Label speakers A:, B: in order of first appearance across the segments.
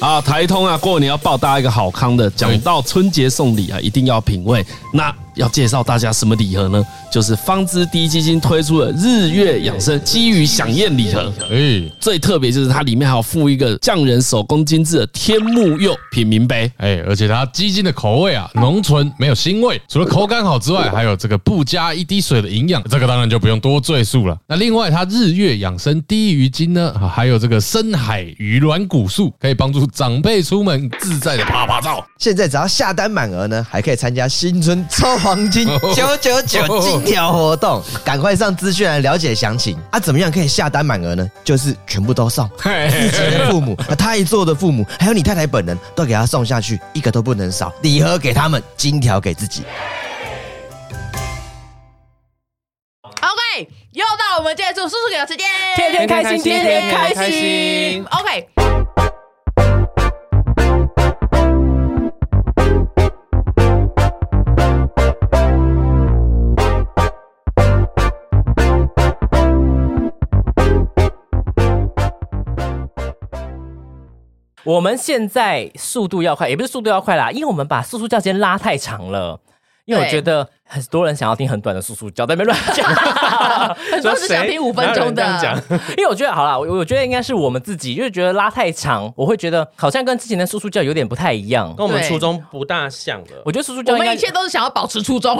A: 啊，台通啊，过年要报大家一个好康的。讲到春节送礼啊，一定要品味。那要介绍大家什么礼盒呢？就是方知第一基金推出的日月养生基于响宴礼盒。
B: 哎
A: 最特别就是它里面还有附一个匠人手工精致的天目釉品茗杯。
B: 哎，而且它鸡精的口味啊，浓醇没有腥味，除了口感好之外，还有这个不加一滴水的营养，这个当然就不用多赘述了。那另外，它日月养生低鱼精呢，啊还有这个深海鱼软骨素，可以帮助长辈出门自在的啪啪照。
C: 现在只要下单满额呢，还可以参加新春抽黄金九九九金条活动，赶快上资讯来了解详情啊！怎么样可以下单满额呢？就是全部都送，自己的父母、啊他一做的父母，还有你太太本人都给他送下去，一个都不能少，礼盒给他们，金条给自己。
D: OK，又到我们借助叔叔给的时间，
E: 天天开心，天天开
F: 天天开
E: 心
F: 心。
D: OK。
E: 我们现在速度要快，也不是速度要快啦，因为我们把速速教今天拉太长了。因为我
D: 对
E: 觉得很多人想要听很短的速速教，在那边乱 讲。
D: 很多人只想听五分钟
F: 哪有人这
D: 的
F: 样，讲
E: 因为我觉得好啦，我我觉得应该是我们自己，因为觉得拉太长，我会觉得好像跟之前的速速教有点不太一样。
F: 跟我们
D: 对
F: 初衷不大像了。
E: 我觉得速速教
D: 我们
E: 应该
D: 一切都是想要保持初 衷。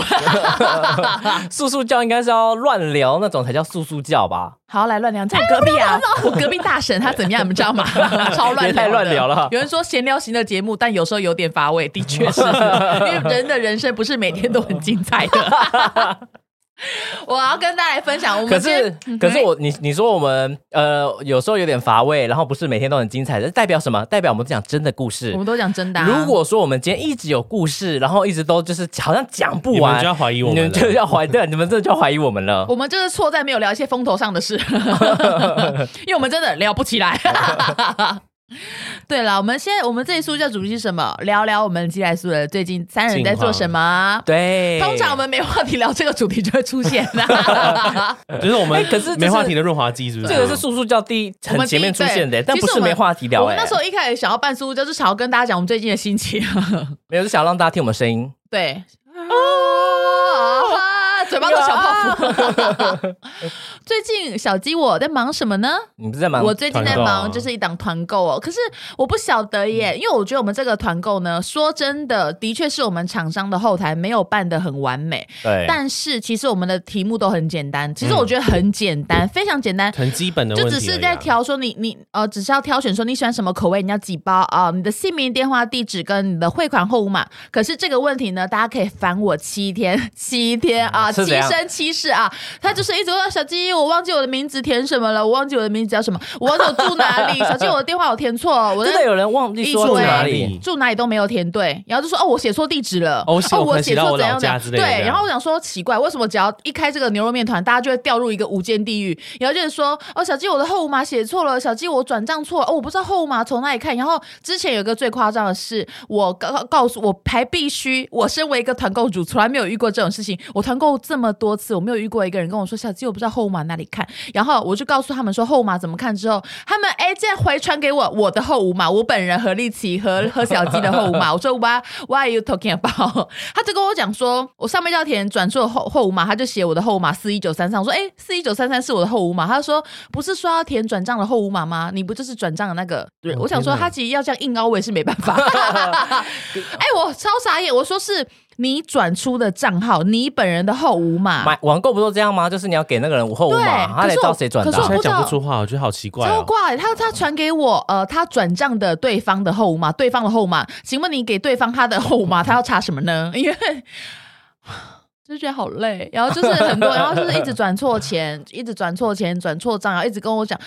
E: 速速教应该是要乱聊那种才叫速速教吧？
D: 好，来乱聊。在隔壁啊， 我隔壁大婶她怎么样，你们知道 吗？超乱聊的，
E: 也太乱聊了
D: 有人说闲聊型的节目，但有时候有点乏味，的确 是，因为人的人生不是每天都很精彩的。 我要跟大家来分享，我
E: 可
D: 们今
E: 是
D: 天嗯
E: 可是我你你说我们呃有时候有点乏味，然后不是每天都很精彩，这代表什么？代表我们讲真的故事。
D: 我们都讲真的啊，
E: 如果说我们今天一直有故事，然后一直都就是好像讲不
F: 你
E: 完，
F: 们就要怀疑我们了
E: 你就要怀对，你们这就要怀疑我 们了。
D: 我们就是错在没有聊一些风头上的事，因为我们真的聊不起来。对了，我们现在我们这一书叫主题是什么？聊聊我们寄来书的最近三人在做什么啊？
E: 对，
D: 通常我们没话题聊这个主题就会出现啦。
F: 就是我们
E: 哎可是这是
F: 没话题的润滑剂，是不是？
E: 这个是素素教第一
D: 我
E: 很
D: 们
E: 前面
D: 第
E: 出
D: 一
E: 现的，
D: 对
E: 但不
D: 其实
E: 是
D: 我们
E: 没话题聊。
D: 我们那时候
E: 哎
D: 一开始想要办书，就是想要跟大家讲我们最近的心情。
E: 没有是想让大家听我们声音，
D: 对，啊，嘴巴都想泡芙。最近小鸡我在忙什么呢？
E: 你不是在忙
D: 我最近在
F: 团购嗯啊
D: 忙就是一档团购哦，可是我不晓得耶，因为我觉得我们这个团购呢，说真的，的确是我们厂商的后台没有办得很完美，
E: 对，
D: 但是其实我们的题目都很简单，其实
F: 嗯
D: 我觉得很简单，非常简单。
F: 很基本的问
D: 就
F: 题而已啊，
D: 只是在挑说你你呃，只是要挑选说你喜欢什么口味，你要几包啊、你的姓名、电话、地址跟你的汇款后五码。可是这个问题呢，大家可以烦我七天，七天
F: 嗯
D: 啊，
E: 是
D: 七
E: 怎样
D: 生七世啊，他就是一直说小鸡，我忘记我的名字填什么了，我忘记我的名字叫什么，我忘记我住哪里，小鸡我的电话我填错，我的
E: 真的有人忘记说
D: 一
E: 住
D: 堆
E: 哪里，
D: 住哪里都没有填对，然后就说哦，我写错地址了，
F: 哦我写我可能
D: 写
F: 写到
D: 错
F: 我
D: 怎
F: 老
D: 样
F: 家
D: 样
F: 之类的这
D: 对，
F: 样
D: 然后我想说奇怪，为什么只要一开这个牛肉面团，大家就会掉入一个无间地狱？然后就是说哦，小鸡我的后五码写错了，小鸡我转账错了，哦，我不知道后五码从哪里看。然后之前有一个最夸张的是，我告告诉我还必须，我身为一个团购主，从来没有遇过这种事情。我团购这么多次，我没有遇过一个人跟我说小鸡我不知道后五码哪里看，然后我就告诉他们说后五码怎么看之后，他们哎竟然回传给我我的后五码，我本人何立奇和何小鸡的后五码，我说 Why Why are you talking about？他 就跟我讲说，我上面要填转注的后后五码，他就写我的后五码四一九三三，我说哎四一九三三是我的后五码，他就说不是说要填转账的后五码吗？你不就是转账的那个？对，我想说他其实要这样硬凹我也是没办法，哎我超傻眼，我说是。你转出的账号，你本人的后五码，
E: 买网购不都这样吗？就是你要给那个人午后五
D: 对
E: 码，
D: 可
E: 他得
D: 是
E: 知道
D: 我
E: 谁转
D: 可是
E: 达
D: 我
F: 现。在讲
D: 不
F: 不
D: 知道
F: 出话，我觉得好奇怪
D: 超
F: 哦。
D: 怪、他他传给我，呃，他转账的对方的后五码，对方的后五码，请问你给对方他的后五码，他要查什么呢？ 因为。就觉得好累，然后就是很多，然后就是一直转错钱，一直转错钱，转错账，然后一直跟我讲，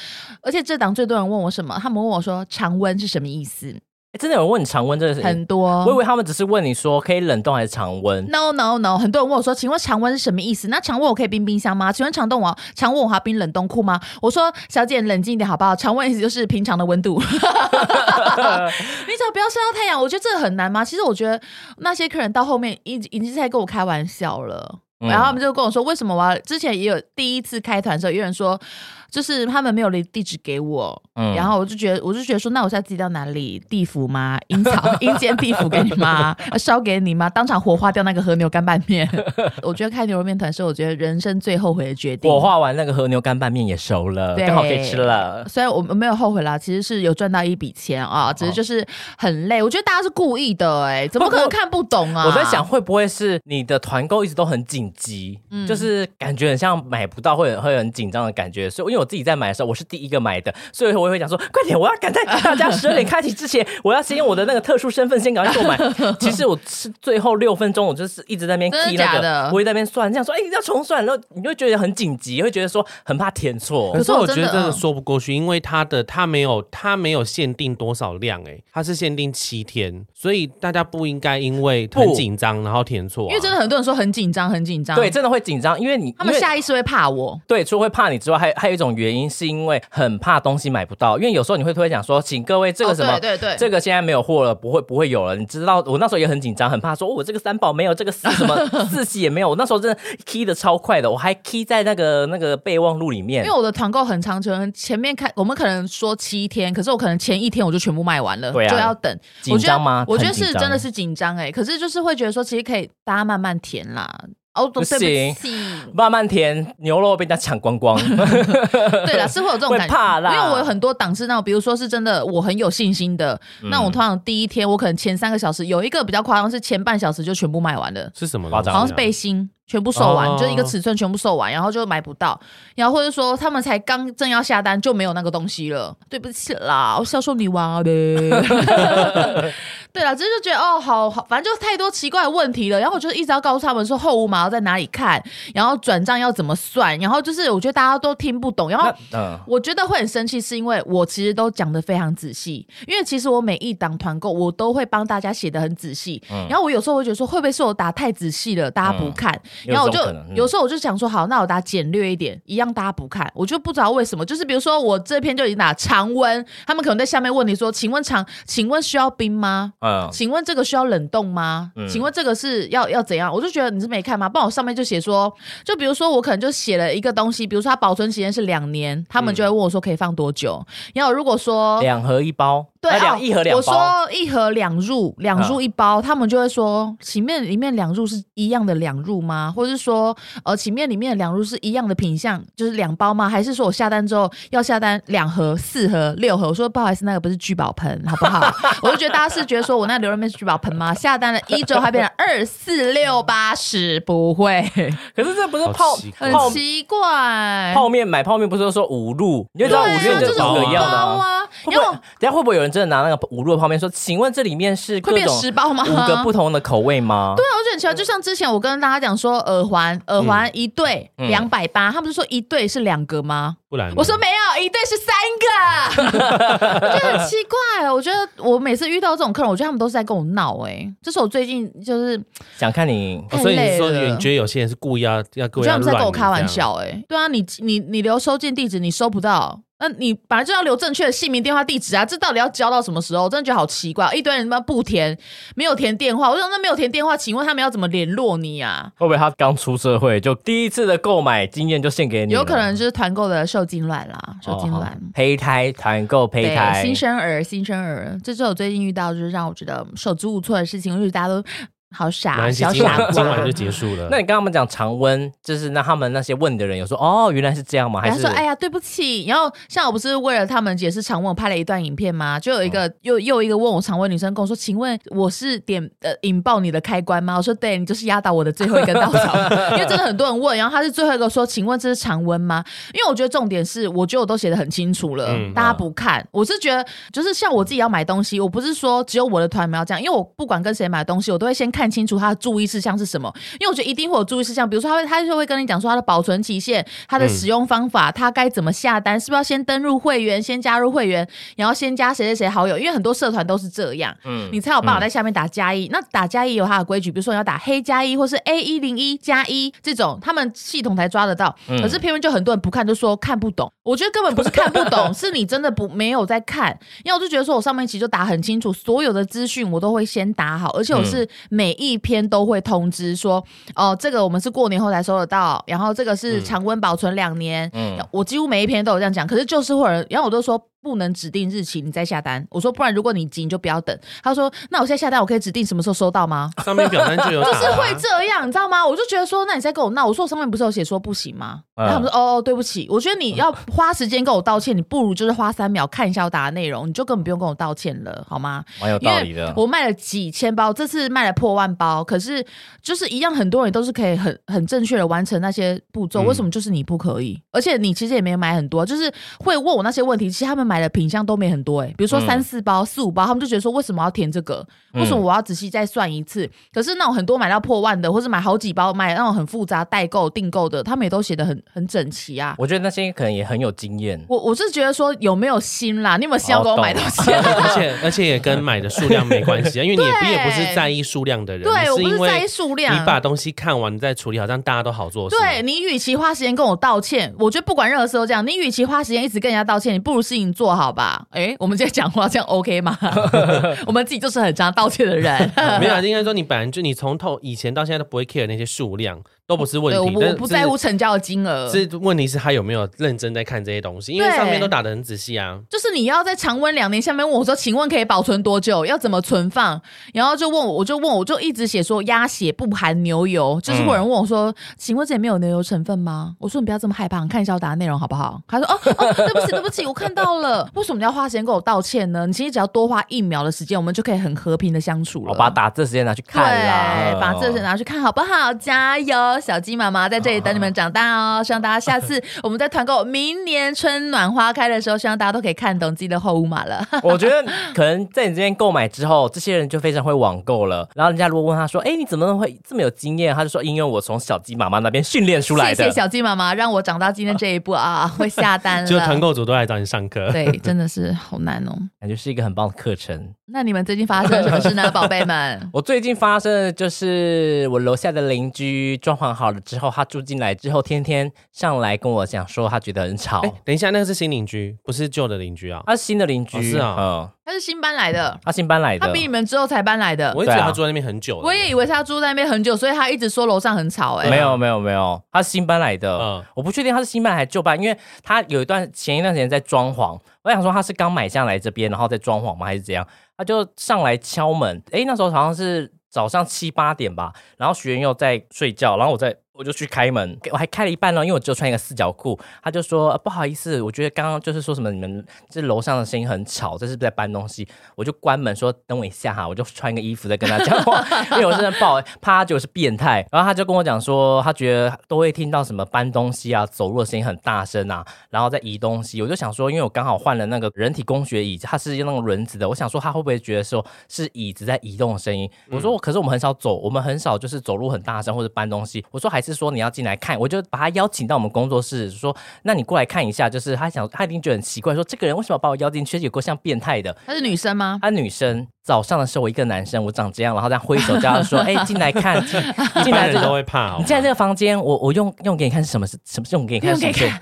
D: 而且这档最多人问我什么，他们问我说常温是什么意思，
E: 哎真的有人问你常温这个事
D: 很
E: 情，
D: 多，
E: 我以为他们只是问你说可以冷冻还是常温。
D: No no no，很多人问我说，请问常温是什么意思？那常温我可以冰冰箱吗？请问常冻我常温我还要冰冷冻库吗？我说小姐冷静一点好不好？常温意思就是平常的温度，你 只要不要晒到太阳，我觉得这个很难吗？其实我觉得那些客人到后面已已经在跟我开玩笑了。
E: 嗯
D: 然后他们就跟我说，为什么我要之前也有第一次开团的时候，有人说就是他们没有地地址给我，
E: 嗯
D: 然后我就觉得我就觉得说，那我现在寄到哪里？地府吗？阴曹 阴间地府给你吗？呃烧给你吗？当场火化掉那个和牛干拌 面。我觉得开牛肉面团是我觉得人生最后悔的决定。
E: 火化完那个和牛干拌面也熟了，
D: 对
E: 刚好可以吃了。
D: 虽然我们没有后悔啦，其实是有赚到一笔钱
E: 哦
D: 啊，只是就是很累。我觉得大家是故意的、哎，怎么可能看不懂啊？
E: 我在想，会不会是你的团购一直都很紧急，
D: 嗯
E: 就是感觉很像买不到，会很会很紧张的感觉。所以，因为我自己在买的时候，我是第一个买的，所以我也会讲说，快点，我要赶在大家十二点开启之前，我要先用我的那个特殊身份先赶快购 买。其实我是最后六分钟，我就是一直在那边
D: 真的
E: key 那
D: 假
E: 个
D: 的，
E: 我也在那边算，这样说，哎、要重算，然后你就会觉得很紧急，会觉得说很怕填错。
F: 可是我觉
D: 可是
F: 得这
D: 我真
F: 个
D: 的嗯
F: 说不过去，因为它的它没有它没有限定多少量、欸，它是限定七天，所以大家不应该因为很
E: 不
F: 紧张然后填错啊、
D: 因为真的很多人说很紧张，很紧张。
E: 对，，真的会紧张，因为你
D: 他们
E: 因为
D: 下意识会怕我。
E: 对，除了会怕你之外，还还有一种原因是因为很怕东西买不到，因为有时候你会突然讲说，请各位这个
D: 哦
E: 什么。
D: 对对对，
E: 这个现在没有货了，不会不会有了。你知道，我那时候也很紧张，很怕说，哦我这个三宝没有，这个四什么 四喜也没有。我那时候真的 key 的超快的，我还 key 在那个那个备忘录里面
D: 因为。我的团购很长，可能前面开我们可能说七天，可是我可能前一天我就全部卖完了，
E: 对啊
D: 就要等。
E: 紧张吗
D: 我觉得我觉得
E: 很紧
D: 是
E: 张
D: 真的是紧张哎，可是就是会觉得说，其实可以大家慢慢填啦。哦，对
E: 不行
D: 不起，
E: 慢慢填，牛肉被人家抢光 光。
D: 对啦，是会有这种
E: 会
D: 感觉，
E: 怕啦
D: 因为我有很多档是那种，比如说是真的我很有信心的，那
E: 嗯
D: 我通常第一天我可能前三个小时有一个比较夸张，是前半小时就全部卖完了。
F: 是什么
E: 夸
F: 东西啊？
E: 张
D: 好像是背心全部售完，
F: 哦
D: 就是一个尺寸全部售完，然后就买不到，然后或者说他们才刚正要下单就没有那个东西了，对不起啦，我销售女王 呗。对啦，只是就觉得哦，好好，反正就太多奇怪的问题了，然后我就一直要告诉他们说后五码要在哪里看，然后转账要怎么算，然后就是我觉得大家都听不懂，然后
E: 那 嗯，
D: 我觉得会很生气，是因为我其实都讲的非常仔细，因为其实我每一档团购我都会帮大家写的很仔细，
E: 嗯
D: 然后我有时候会觉得说会不会是我打太仔细了，大家不看，
E: 有
D: 然后我
E: 这
D: 就
E: 种可能嗯
D: 有时候我就想说好，那我打简略一点，一样大家不看，我就不知道为什么，就是比如说我这篇就已经打常温，他们可能在下面问你说，请问常，请问需要冰吗？
E: 嗯，
D: 请问这个需要冷冻吗？请问这个是要要怎样？我就觉得你是没看吗？不然我上面就写说，就比如说我可能就写了一个东西，比如说它保存期间是两年，他们就会问我说可以放多久。然后如果说
E: 两盒一包，
D: 对
E: 啊两
D: 哦
E: 一盒两
D: 我
E: 包，嗯
D: 说一盒两入，两入一包，他们就会说，前面里面两入是一样的两入吗？或者是说，呃，前面里面的两入是一样的品相，就是两包吗？还是说我下单之后要下单两盒、四盒、六盒？我说不好意思，那个不是聚宝盆，好不好？ 我就觉得大家是觉得说我那牛肉面是聚宝盆吗？下单了一周还变成二四六八十，不会，
E: 可是这不是
F: 好
E: 泡
F: 奇怪
E: 泡
D: 很奇怪。
E: 泡面买泡面不是都说五路，你就知道五
D: 对
E: 路
D: 啊，
E: 就
D: 就是是
E: 五
D: 五
E: 个一样的啊
D: 包啊，
E: 会
D: 然
E: 不
D: 后
E: 会？等下会不会有人真的拿那个五入的泡面说，请问这里面是
D: 会
E: 各
D: 变
E: 种
D: 十包吗？
E: 五个不同的口味吗？
F: 嗯
D: 对啊，我觉得很奇怪，就像之前我跟大家讲说耳环，耳环一对
E: 嗯
D: 两百八，他们就说一对是两个吗？
F: 不然呢
D: 我说没有，一对是三个， 我觉得很奇怪。我觉得我每次遇到这种客人，我觉得他们都是在跟我闹。哎，这是我最近就是
E: 想看你
F: 哦
D: 太
F: 所以你
D: 累
F: 是说
D: 了
F: 你觉得有些人是故意要要
D: 我
F: 故
D: 觉
F: 意
D: 得
F: 要
D: 他们在跟我
F: 乱你
D: 开玩
F: 这样
D: 笑。哎，对啊，你你你留收件地址你收不到。那你本来就要留正确的姓名、电话、地址啊，这到底要交到什么时候？我真的觉得好奇怪，一堆人他妈不填，没有填电话。我想那没有填电话，请问他们要怎么联络你啊？
E: 会不会他刚出社会就第一次的购买经验就献给你了？
D: 有可能就是团购的受精卵啦，受精
E: 哦
D: 卵。
E: 好胚胎团购胚
D: 对，
E: 胎，
D: 新生儿，新生儿，这是我最近遇到，就是让我觉得手足无措的事情，我就觉得大家都好
F: 没
D: 傻，
F: 关系
D: 啊小
F: 今
D: 傻
F: 晚
D: 瓜。
F: 今晚就结 束了。
E: 那你刚刚我们讲常温，就是那他们那些问的人有说哦，原来是这样吗？还
D: 然
E: 是
D: 后说：“哎呀，对不起。”然后像我不是为了他们解释常温，我拍了一段影片吗？就有一个、
E: 哦
D: 又又一个问我常温女生跟我说：“请问我是点呃引爆你的开关吗？”我说：“对，你就是压倒我的最后一根稻 草。”因为真的很多人问，然后他是最后一个说：“请问这是常温吗？”因为我觉得重点是，我觉得我都写的很清楚了，
F: 嗯
D: 大家不看。我是觉得就是像我自己要买东西，我不是说只有我的团没有这样，因为我不管跟谁买东西，我都会先看清楚他的注意事项是什么。因为我觉得一定会有注意事项，比如说他会他就会跟你讲说他的保存期限、他的使用方法、他该怎么下单，是不是要先登入会员、先加入会员，然后先加谁谁谁好友，因为很多社团都是这样，嗯，你才有办法在下面打加一。那打加一有它的规矩，比如说你要打黑加一或是 A 一零一加一这种，他们系统才抓得到。可是偏偏就很多人不看，就说看不 懂。我觉得根本不是看不懂，是你真的不没有在看。因为我就觉得说我上面其实就打很清楚，所有的资讯我都会先打好，而且我是每每一篇都会通知说，哦、这个我们是过年后才收得到，然后这个是常温保存两年。
E: 嗯，
D: 我几乎每一篇都有这样讲，可是就是会有人，然后我都说不能指定日期你再下单，我说不然如果你急你就不要等。他说那我现在下单我可以指定什么时候收到吗？
F: 上面表单就有打
D: 就
F: 啊，
D: 是会这样，你知道吗？我就觉得说，那你在跟我闹，我说我上面不是有写说不行吗？
E: 嗯
D: 然后他们说，哦哦，对不起，我觉得你要花时间跟我道歉，你不如就是花三秒看一下我打的内容，你就根本不用跟我道歉了，好吗？
E: 蛮有
D: 因
E: 道理
D: 为
E: 的。
D: 我卖了几千包，这次卖了破万包，可是就是一样，很多人都是可以很很正确的完成那些步
E: 嗯
D: 骤，为什么就是你不可以？而且你其实也没买很多，就是会问我那些问题，其实他们买的品相都没很多、欸，比如说
E: 嗯
D: 三四包、四五包，他们就觉得说为什么要填这个？为什么我要仔细再算一次？可是那种很多买到破万的，或是买好几包买那种很复杂代购订购的，他们也都写的很很整齐啊。
E: 我觉得那些可能也很有经验。
D: 我我是觉得说有没有心啦？你有没有心要
E: 哦
D: 给我买东 西？
F: 而且而且也跟买的数量没关系啊，因为你也
D: 对
F: 你也不是在意数量的人，
D: 对，我
F: 你
D: 不
F: 因
D: 是在意
F: 为
D: 数量，
F: 你把东西看完你再处理，好像大家都好做事。
D: 对，你，与其花时间跟我道歉，我觉得不管任何时候这样，你与其花时间一直跟人家道歉，你不如事情做好吧。诶， 我们今天讲话这样 OK 吗？我们自己就是很常道歉的人。
F: 没有啊，应该说你本来就你从头以前到现在都不会 care 那些数量，都不是问
D: 对，我
F: 题。
D: 不
F: 但
D: 我
F: 是
D: 不在乎。成交的金额，
F: 这问题是他有没有认真在看这些东西，因为
D: 对
F: 上面都打得很仔细啊。
D: 就是你要在常温两年，下面问我说，请问可以保存多久？要怎么存放？然后就问我，我就问我，我就一直写说鸭血不含牛油，就是会有人问我说，请问这里面有牛油成分吗？我说你不要这么害怕，你看一下我答的内容好不好？他说哦哦，对不起对不起，我看到了， 为什么你要花时间跟我道歉呢？你其实只要多花一秒的时间，我们就可以很和平的相处了。
E: 我把打字时间拿去看啦，嗯
D: 对，把这些拿去看好不好？加油，小鸡妈妈在这里等你们长大哦。希望大家下次我们在团购明年春暖花开的时候，希望大家都可以看懂自己的后五码了。
E: 我觉得可能在你这边购买之后，这些人就非常会网购了。然后人家如果问他说：“哎，你怎么会这么有经验？”他就说：“因为我从小鸡妈妈那边训练出来
D: 谢
E: 的。
D: 谢小鸡妈妈，让我长到今天这一步啊，会下单了。
F: 就团购组都来找你上课，
D: 对，真的是好难哦。
E: 感觉是一个很棒的课程。
D: 那你们最近发生了什么事呢，宝贝们？
E: 我最近发生的就是我楼下的邻居装潢好了之后，他住进来之后，天天上来跟我讲说他觉得很吵。
F: 哎，等一下，那个是新邻居，不是旧的邻居啊。
E: 他是新的邻
F: 哦
E: 居，
F: 是啊
E: 嗯，
D: 他是新搬来 的，
E: 他新搬来
D: 他
E: 的
D: 比。你们之后才搬来的。
F: 我一直以为他住在那边很久了。
D: 我也以为是他住在那边很久，所以他一直说楼上很吵、哎，
E: 没有没有没有，他是新搬来的。
F: 嗯
E: 我不确定他是新搬来还是旧搬，因为他有一段前一段时间在装潢，我想说他是刚买下来这边，然后再装潢吗，还是怎样？他就上来敲门，诶，那时候好像是早上七八点吧，然后学员又在睡觉，然后我在。我就去开门，我还开了一半呢，哦因为我只有穿一个四角裤。他就说、呃不好意思，我觉得刚刚就是说什么你们这楼上的声音很吵，这是不是在搬东西？我就关门说等我一下哈，我就穿个衣服再跟他讲话，因为我真的爆，怕他觉得我是变态。然后他就跟我讲说，他觉得都会听到什么搬东西啊、走路的声音很大声啊，然后在移东西。我就想说，因为我刚好换了那个人体工学椅，它是用那种轮子的，我想说他会不会觉得说是椅子在移动的声音？我说我，可是我们很少走，我们很少就是走路很大声或者搬东西。我说还是说你要进来看，我就把他邀请到我们工作室，说那你过来看一下，就是他想他一定觉得很奇怪，说这个人为什么把我邀进去，有够像变态的。
D: 她是女生吗？
E: 他女生早上的时候，我一个男生，我长这样，然后这样挥手叫他说：“哎、进来看，进
F: 一
E: 进
F: 般
E: 来这
F: 人都
E: 个，
F: 会怕哦
E: 你。进来这个房间，我我用用给你看是什么是什么用给你看
D: 用
E: 是
D: 给
E: 什么。”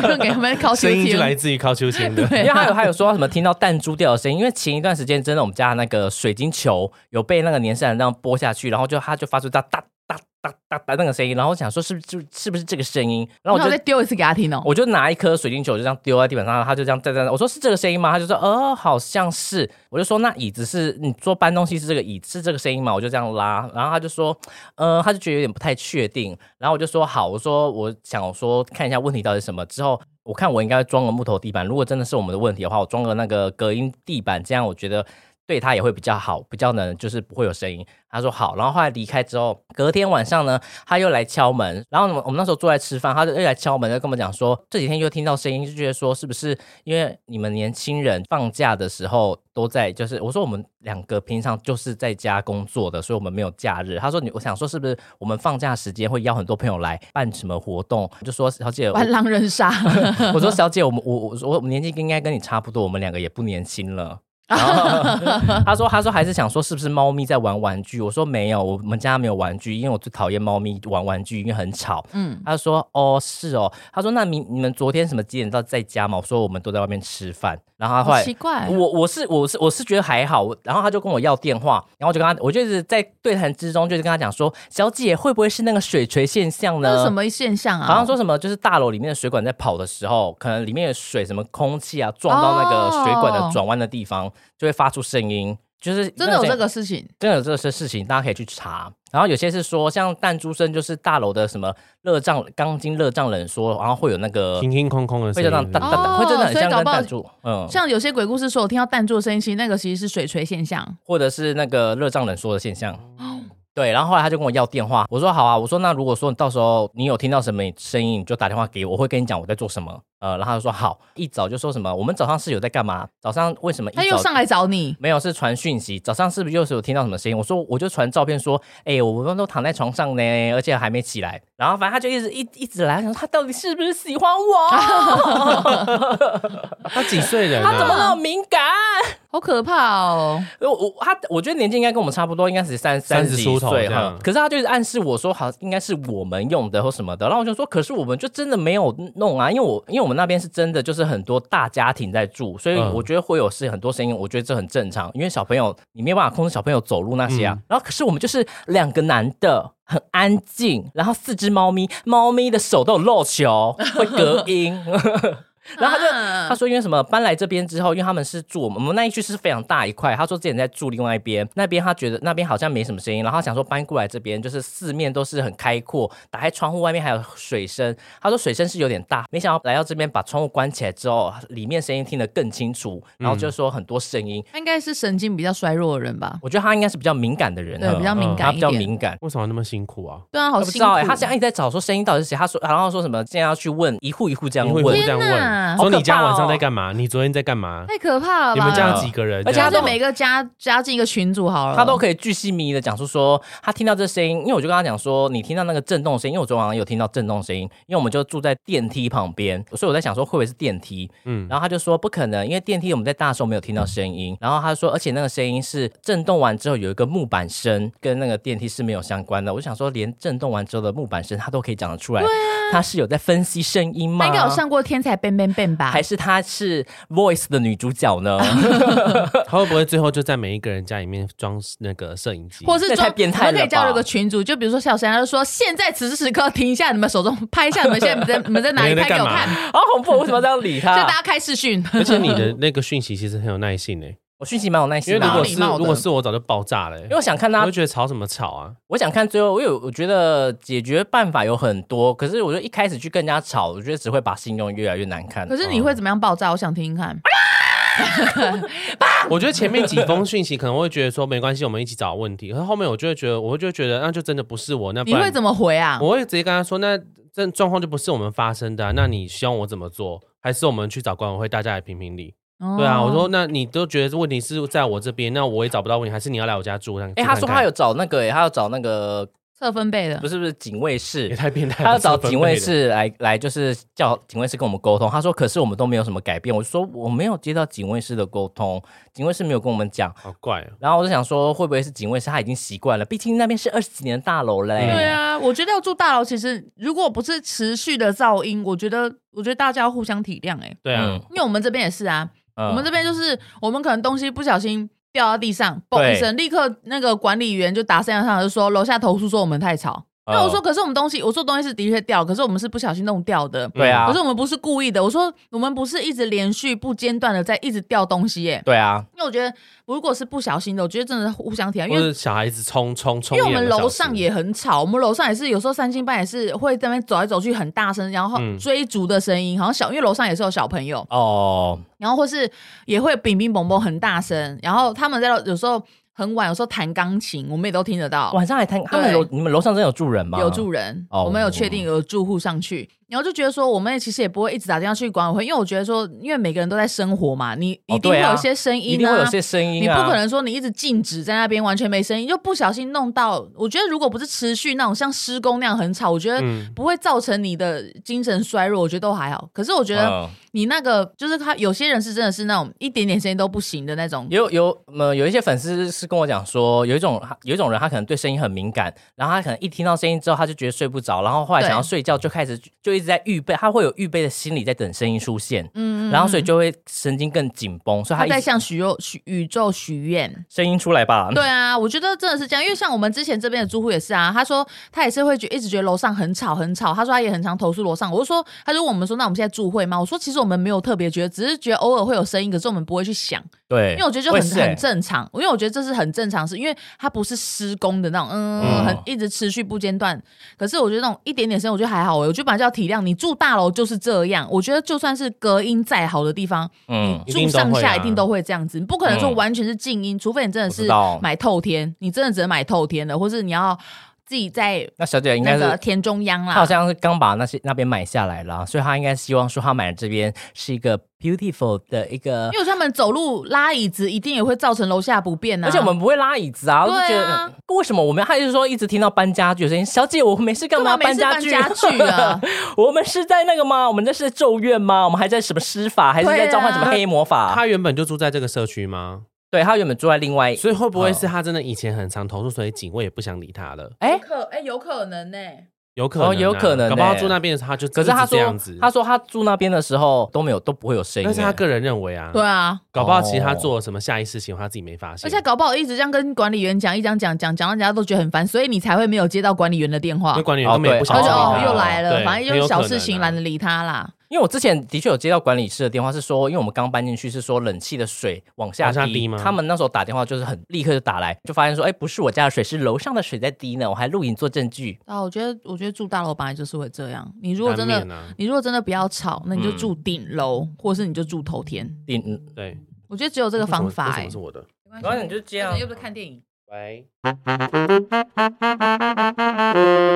D: 看，用给他们考
F: 声音
D: 题
F: 就来自于靠秋千的。
E: 因为还有还有说到什么听到弹珠掉的声音，因为前一段时间真的我们家那个水晶球有被那个年扇这样拨下去，然后就它就发出哒哒哒哒哒哒那个声音，然后我想说是不是是不是这个声音，然
D: 那
E: 后我
D: 我
E: 就
D: 再丢一次给他听哦。
E: 我就拿一颗水晶球就这样丢在地板上，他就这样站在那。我说是这个声音吗？他就说呃好像是。我就说那椅子是你说搬东西是这个椅是这个声音吗？我就这样拉，然后他就说呃他就觉得有点不太确定。然后我就说好，我说我想说看一下问题到底是什么之后。我看我应该装个木头地板，如果真的是我们的问题的话，我装个那个隔音地板，这样我觉得对他也会比较好，比较能就是不会有声音。他说好，然后后来离开之后，隔天晚上呢，他又来敲门，然后我们我们那时候坐在吃饭，他就又来敲门，就跟我们讲说这几天又听到声音，就觉得说是不是因为你们年轻人放假的时候都在，就是我说我们两个平常就是在家工作的，所以我们没有假日。他说你，我想说是不是我们放假时间会邀很多朋友来办什么活动？我就说小姐，我
D: 玩狼人杀，
E: 我说小姐，我们我我我我们年纪应该跟你差不多，我们两个也不年轻了。然后他说：“他说还是想说是不是猫咪在玩玩具？”我说：“没有，我们家没有玩具，因为我最讨厌猫咪玩玩具，因为很吵。”
D: 嗯，
E: 他说：“哦，是哦。”他说：“那你你们昨天什么几点到在家吗？”我说：“我们都在外面吃饭。”然后他后
D: 好
E: 来
D: 奇怪哦
E: 我我是我是我是觉得还好，我然后他就跟我要电话，然后我就跟他，我就是在对谈之中就是跟他讲说，小姐会不会是那个水锤现象
D: 这
E: 呢？
D: 是什？么现象啊？
E: 好像说什么就是大楼里面的水管在跑的时候，可能里面的水什么空气啊撞到那个水管的转弯的地方，就会发出声音。就是
D: 哦真的有
E: 那
D: 这
E: 声
D: 个事情，
E: 真的有这些事情，大家可以去查。然后有些是说，像弹珠声，就是大楼的什么热胀钢筋热胀冷缩，然后会有那个
F: 空空空空的
E: 会
F: 声
E: 就让
F: 音
E: 弹。弹弹，会真的很
D: 哦所以
E: 像
D: 搞
E: 跟
D: 不好
E: 弹珠，嗯，
D: 像有些鬼故事说我听到弹珠的声音，其实那个其实是水锤现象。
E: 或者是那个热胀冷缩的现象。
D: 哦
E: 对，然后后来他就跟我要电话，我说好啊，我说那如果说你到时候你有听到什么声音，你就打电话给我，我会跟你讲我在做什么。呃，然后他就说好，一早就说什么我们早上是有在干嘛，早上为什么一早
D: 他又上来找你，
E: 没有，是传讯息。早上是不是又是有听到什么声音？我说我就传照片说，哎、我们都躺在床上呢，而且还没起来。然后反正他就一直一一直来，我想说他到底是不是喜欢我？
F: 他几岁人
E: 他怎么
F: 啊？
E: 那么敏感？
D: 好可怕哦！
E: 我我他我觉得年纪应该跟我们差不多，应该是三
F: 三十
E: 十
F: 出
E: 几
F: 头
E: 岁
F: 这
E: 哈
F: 样。
E: 可是他就是暗示我说，好，应该是我们用的或什么的。然后我就说，可是我们就真的没有弄啊，因为我因为我们那边是真的就是很多大家庭在住，所以
F: 嗯
E: 我觉得会有是很多声音，我觉得这很正常，因为小朋友你没有办法控制小朋友走路那些
F: 嗯
E: 啊。然后可是我们就是两个男的。很安静，然后四只猫咪，猫咪的手都有漏球，会隔音。 然后他就、
D: 啊
E: 他说，因为什么搬来这边之后，因为他们是住我们我们那一区是非常大一块，他说之前在住另外一边，那边他觉得那边好像没什么声音，然后他想说搬过来这边，就是四面都是很开阔，打开窗户外面还有水声，他说水声是有点大，没想到来到这边把窗户关起来之后，里面声音听得更清楚，然后就说很多声音，
D: 他应该是神经比较衰弱的人吧？
E: 我觉得他应该是比较敏感的人，啊嗯
D: 对，比较敏
E: 他
D: 感
E: 比
D: 一
E: 较
D: 点。
E: 敏感。
F: 为什么那么辛苦啊？
D: 对啊，好
E: 我不知
D: 辛
E: 道
D: 苦。
E: 哎、他现在一直在找说声音到底是谁，他说，然后说什么现在要去问一户一户这样
F: 你会
E: 问，
F: 不会这样
D: 天哪
F: 问？说你家
E: 好可怕哦
F: 晚上在干嘛？你昨天在干嘛？
D: 太可怕了
F: 你
D: 吧？
F: 们家有几个人？
E: 而且
D: 他
E: 他
D: 对
E: 都
F: 这样
D: 每个家加进一个群组好了，
E: 他都可以巨细靡遗的讲述说，他听到这声音，因为我就跟他讲说，你听到那个震动声音，因为我昨晚上有听到震动声音，因为我们就住在电梯旁边，所以我在想说会不会是电梯，嗯，然后他就说不可能，因为电梯我们在大的时候没有听到声音，然后他说，而且那个声音是震动完之后有一个木板声，跟那个电梯是没有相关的，我就想说连震动完之后的木板声他都可以讲得出来，他是有在分析声音吗？
D: 他应该有上过《天才 Ben Ben Ben》吧？
E: 还是他是 Voice 的女主角呢？
F: 他会不会最后就在每一个人家里面装那个摄影机？
D: 或是
E: 那
D: 装
E: 太变
D: 我
E: 态
D: 们可
E: 了
D: 以加入
E: 吧
D: 一个群组，就比如说小神，他就说现在此时此刻停一下，你们手中拍一下，你们现在你们在你们在哪里
F: 你们
D: 拍
F: 在
D: 给
F: 干
D: 我
F: 嘛
D: 看？
E: 好恐怖！我为什么要这样理
D: 现
E: 他
D: 在大？家开视讯，
F: 而且你的那个讯息其实很有耐性 诶，
E: 我讯息蛮有耐
F: 因
E: 心
F: 为
E: 的
F: 如
E: 啊，
F: 果
D: 蛮有礼
F: 是
D: 貌的
F: 如果是我早就爆炸了欸
E: 因为，我想看
F: 我
E: 他
F: 就觉得吵什么吵啊？
E: 我想看最后，我有我觉得解决办法有很多，可是我就一开始去跟人家吵，我觉得只会把信用越来越难看。
D: 可是你会怎么样爆炸？我想听听
F: 哦
D: 看。
F: 我觉得前面几封讯息可能会觉得说没关系，我们一起找问题。可是后面我就会觉得，我就会觉得那就真的不是我，那不
D: 你会
F: 然
D: 怎么回啊？
F: 我会直接跟他说，那这状况就不是我们发生的啊、那你希望我怎么做？还是我们去找管委会，大家来评评理？对啊，
D: 哦
F: 我说那你都觉得这问题是在我这边，那我也找不到问题，还是你要来我家住？哎
E: 哎、他说他有找那个、欸，他要找那个
D: 测分贝的
E: 不，是不是警卫
F: 也
E: 室，
F: 太变态
E: 他
F: 了，
E: 要找
F: 这分
E: 警卫
F: 贝的。
E: 室来来，就是叫警卫室跟我们沟通。他说，可是我们都没有什么改变。我说我没有接到警卫室的沟通，警卫室没有跟我们讲。
F: 好怪啊！
E: 然后我就想说，会不会是警卫室他已经习惯了？毕竟那边是二十几年的大楼嘞、
D: 对啊，我觉得要住大楼，其实如果不是持续的噪音，我觉得我觉得大家要互相体谅哎、欸
F: 对啊
E: 嗯，
D: 因为我们这边也是啊，
E: 嗯
D: 我们这边就是我们可能东西不小心掉到地上，嘣一声，立刻那个管理员就打声响上来，就说楼下投诉说我们太吵。
F: 呃
D: 那我说，
E: 嗯
D: 可是我们东西，我说东西是的确掉，可是我们是不小心弄掉的。
E: 对啊
D: 可是，我们不是故意的。我说我们不是一直连续不间断的在一直掉东西欸耶、
E: 对啊，
D: 因为我觉得如果是不小心的，我觉得真的互相体谅，因
F: 或
D: 为
F: 者小孩子冲冲冲
D: 因
F: 一
D: 为我
F: 两个小时，
D: 们楼上也很吵，我们楼上也是有时候三更半夜是会在那边走来走去很大声，然后
F: 嗯
D: 追逐的声音，好像小因为楼上也是有小朋友，
E: 哦，
D: 然后或是也会乒乒乓乓很大声，然后他们在有时候很晚，有时候弹钢琴，我们也都听得到，
E: 晚上还谈，他们楼你们楼上真的有住人吗？
D: 有住人，
E: 哦
D: 我们有确定有住户上去，然后就觉得说，我们也其实也不会一直打电话去管委会，因为我觉得说，因为每个人都在生活嘛，你
E: 哦
D: 一定会
E: 对啊
D: 有些声
E: 一
D: 音、
E: 定
D: 啊，
E: 会有些声音、啊，
D: 你不可能说你一直静止在那边完全没声音，就不小心弄到。我觉得如果不是持续那种像施工那样很吵，我觉得
F: 嗯
D: 不会造成你的精神衰弱，我觉得都还好。可是我觉得
E: 嗯
D: 你那个就是他有些人是真的是那种一点点声音都不行的那种，
E: 有有呃有一些粉丝是跟我讲说，有一种有一种人他可能对声音很敏感，然后他可能一听到声音之后他就觉得睡不着，然后后来
D: 对
E: 想要睡觉就开始就一一直在预备，他会有预备的心理在等声音出现，嗯，然后所以就会神经更紧绷，所以
D: 他
E: 一
D: 在
E: 直
D: 向许肉许宇宙许愿。
E: 声音出来吧，
D: 对啊，我觉得真的是这样，因为像我们之前这边的住户也是啊，他说他也是会觉一直觉得楼上很吵很吵，他说他也很常投诉楼上，我就说他就问我们说，那我们现在住会吗？我说其实我们没有特别觉得，只是觉得偶尔会有声音，可是我们不会去想，
E: 对，
D: 因为我觉得就
E: 我
D: 很
E: 也是欸
D: 很正常，因为我觉得这是很正常的事，因为它不是施工的那种，嗯，
E: 嗯
D: 很一直持续不间断。可是我觉得那种一点点声，我觉得还好欸，我觉得本来就要体谅，你住大楼就是这样。我觉得就算是隔音再好的地方，
E: 嗯
D: 你
F: 一
D: 住
F: 定都
D: 上
F: 会
D: 下
F: 啊
D: 一定都会这样子，你不可能说
E: 嗯
D: 完全是静音，除非你真的
E: 我知
D: 是
E: 道
D: 买透天，你真的只能买透天的，或是你要自己在
E: 那小姐应
D: 那
E: 该
D: 个
E: 是。
D: 田中央啦。
E: 她好像是刚把那些那边买下来了，所以她应该希望说她买的这边是一个 beautiful 的一个
D: 因为我觉得他们走路拉椅子，一定也会造成楼下不便啊。
E: 而且我们不会拉椅子啊，我就觉
D: 对
E: 得、
D: 啊
E: 嗯为什么我们还是说一直听到搬家具的声音？小姐，我没事干嘛
D: 干嘛没
E: 搬
D: 事
E: 家具？
D: 搬家具啊
E: 我们是在那个吗？我们这是在咒怨吗？我们还在什么施法？还是
D: 对
E: 在
D: 啊
E: 召唤什么黑魔法？
F: 他原本就住在这个社区吗？
E: 对他原本住在另外，
F: 所以会不会是
E: 哦
F: 他真的以前很常投诉，所以警卫也不想理他了？
E: 哎、
D: 可哎、有可能呢、
F: 有可能啊、
E: 哦有可能
F: 搞不好
E: 欸
F: 住那边的时候他就
E: 可是他
F: 一直这
E: 说
F: 样子，
E: 他说他住那边的时候都没有都不会有声音、
F: 那是他
E: 哎
F: 个人认为啊，
D: 对，啊，
F: 搞不好其实他
E: 哦
F: 做了什么下意识行为，他自己没发现。
D: 而且搞不好一直这样跟管理员讲，一讲讲讲讲，到人家都觉得很烦，所以你才会没有接到管理员的电话
F: 那。管理
E: 哦
F: 员根本也不
E: 对
F: 想
D: 而
F: 理
D: 且
F: 他
D: 哦
E: 啊，
D: 又来了，
F: 对
D: 反正就
F: 很
D: 是
F: 有
D: 小
F: 可
D: 事
F: 能
D: 情
F: 啊
D: 懒得理他啦。
E: 因为我之前的确有接到管理室的电话，是说，因为我们刚搬进去，是说冷气的水往下
F: 往下滴吗
E: 他们那时候打电话就是很立刻就打来，就发现说，哎、不是我家的水，是楼上的水在滴呢，我还录影做证据。
D: 啊，我觉得，我觉得住大楼本来就是会这样。你如果真的
F: 难，免啊
D: 你如果真的不要吵，那你就
E: 嗯
D: 住顶楼，或者是你就住头天。
E: 嗯嗯
F: 对
D: 我觉得只有这个
F: 为什么
D: 方法、
F: 为什
D: 欸
F: 么。是我的？
D: 没
E: 然后你就这样
D: 又不是看电影。
F: 喂，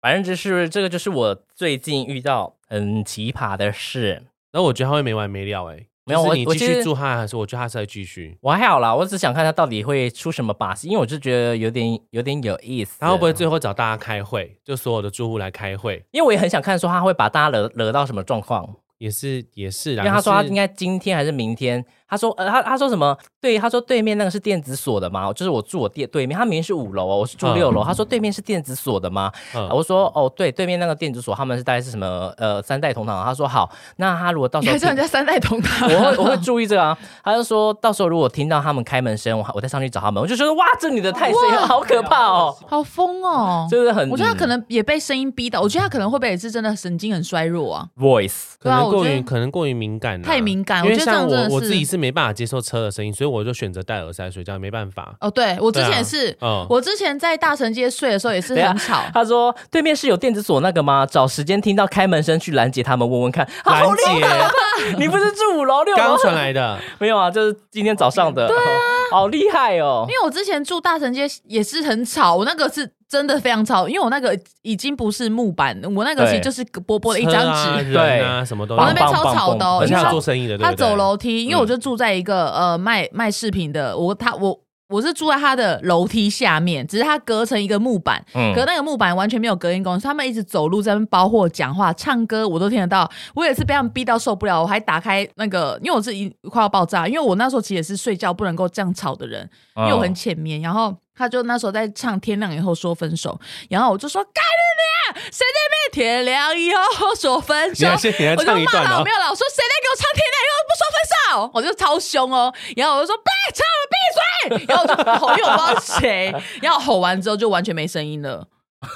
E: 反正就是这个，就是我最近遇到很奇葩的事。
F: 然后我觉得他会没完没了哎、欸，
E: 没有
F: 就是
E: 我
F: 你
E: 我
F: 继
E: 其实
F: 续住他，还是我觉得他是在继续。
E: 我还好啦，我只想看他到底会出什么把戏，因为我就觉得有点有点有意思。
F: 他会不会？最后找大家开会，就所有的住户来开会？
E: 因为我也很想看说他会把大家惹惹到什么状况。
F: 也是也是
E: 因
F: 啦，
E: 为他说他应
F: 该
E: 该今天还是明天，他说呃他他说什么？对，他说对面那个是电子锁的吗？就是我住我店对面，他明明是五楼哦，我是住六楼。他说对面是电子锁的吗？
F: 嗯
E: 我说哦对，对面那个电子锁他们是大概是什么呃三代同堂。他说好，那他如
F: 啊
E: 果到
D: 你
E: 时候
D: 还是
E: 听
D: 人家三代同堂，
E: 我会我会注意这个啊。他就说到时候如果听到他们开门声，我我再上去找他们。我就觉得哇，这女的太声音好可怕哦，
D: 好疯哦！
E: 就是很。
D: 我觉
F: 嗯
D: 得他可能也被声音逼到，我觉得他可能会不会也是真的神经很衰弱啊？
E: voice
F: 可
D: 对啊
F: 能
D: 我
F: 过
D: 觉
F: 于、
D: 得
F: 可能过于敏感啦、
D: 太敏感
F: 因为
D: 我觉得这
F: 像
D: 样真
F: 我
D: 的
F: 我
D: 是
F: 自己是没办法接受车的声音，所以我就选择戴耳塞睡觉，没办法。
D: 哦，对我之
F: 对啊
D: 前也是，
F: 嗯
D: 我之前在大城街睡的时候也是
E: 等一下
D: 很吵，
E: 他说对面是有电子锁那个吗？找时间听到开门声去拦截他们，问问看。啊
F: 兰
E: 好厉害
F: 姐
E: 啊 你不是住五楼六楼
F: 刚？传来的，
E: 没有啊，就是今天早上的。对啊， 好厉害 哦
D: 因！为我之前住大城街也是很吵，我那个是真的非常吵，因为我那个已经不是木板，我那个其实
E: 对
D: 就是薄薄的一
F: 车
D: 张
F: 啊
D: 纸。
F: 人啊，什么都有
D: 我那边
E: 棒
D: 超
E: 棒
D: 吵的哦，
E: 棒
F: 而且
D: 因为
F: 他
E: 棒
F: 做生意的，对不对嗯
D: 他走楼梯，因为我就住在一个、呃卖卖饰品的，我他我我是住在他的楼梯下面，只是他隔成一个木板，
E: 嗯
D: 可那个木板完全没有隔音功能，所以他们一直走路在那边包货、讲话、唱歌，我都听得到。我也是被他们逼到受不了，我还打开那个，因为我自己快要爆炸，因为我那时候其实也是睡觉不能够这样吵的人，
F: 嗯
D: 因为我很浅眠，然后。他就那时候在唱《天亮以后说分手》，
F: 嗯
D: 然后我就说：“干你娘！谁在那边天亮以后说分手
F: 你？”还是你还
D: 我就
F: 唱哦一段
D: 骂
F: 哦
D: 了，没。有啦，我说谁在给我唱天亮又不说分手，我就超凶哦，然后我就说别唱了，闭嘴，然后我就吼，因为我不知道是谁，然后吼完之后就完全没声音 了。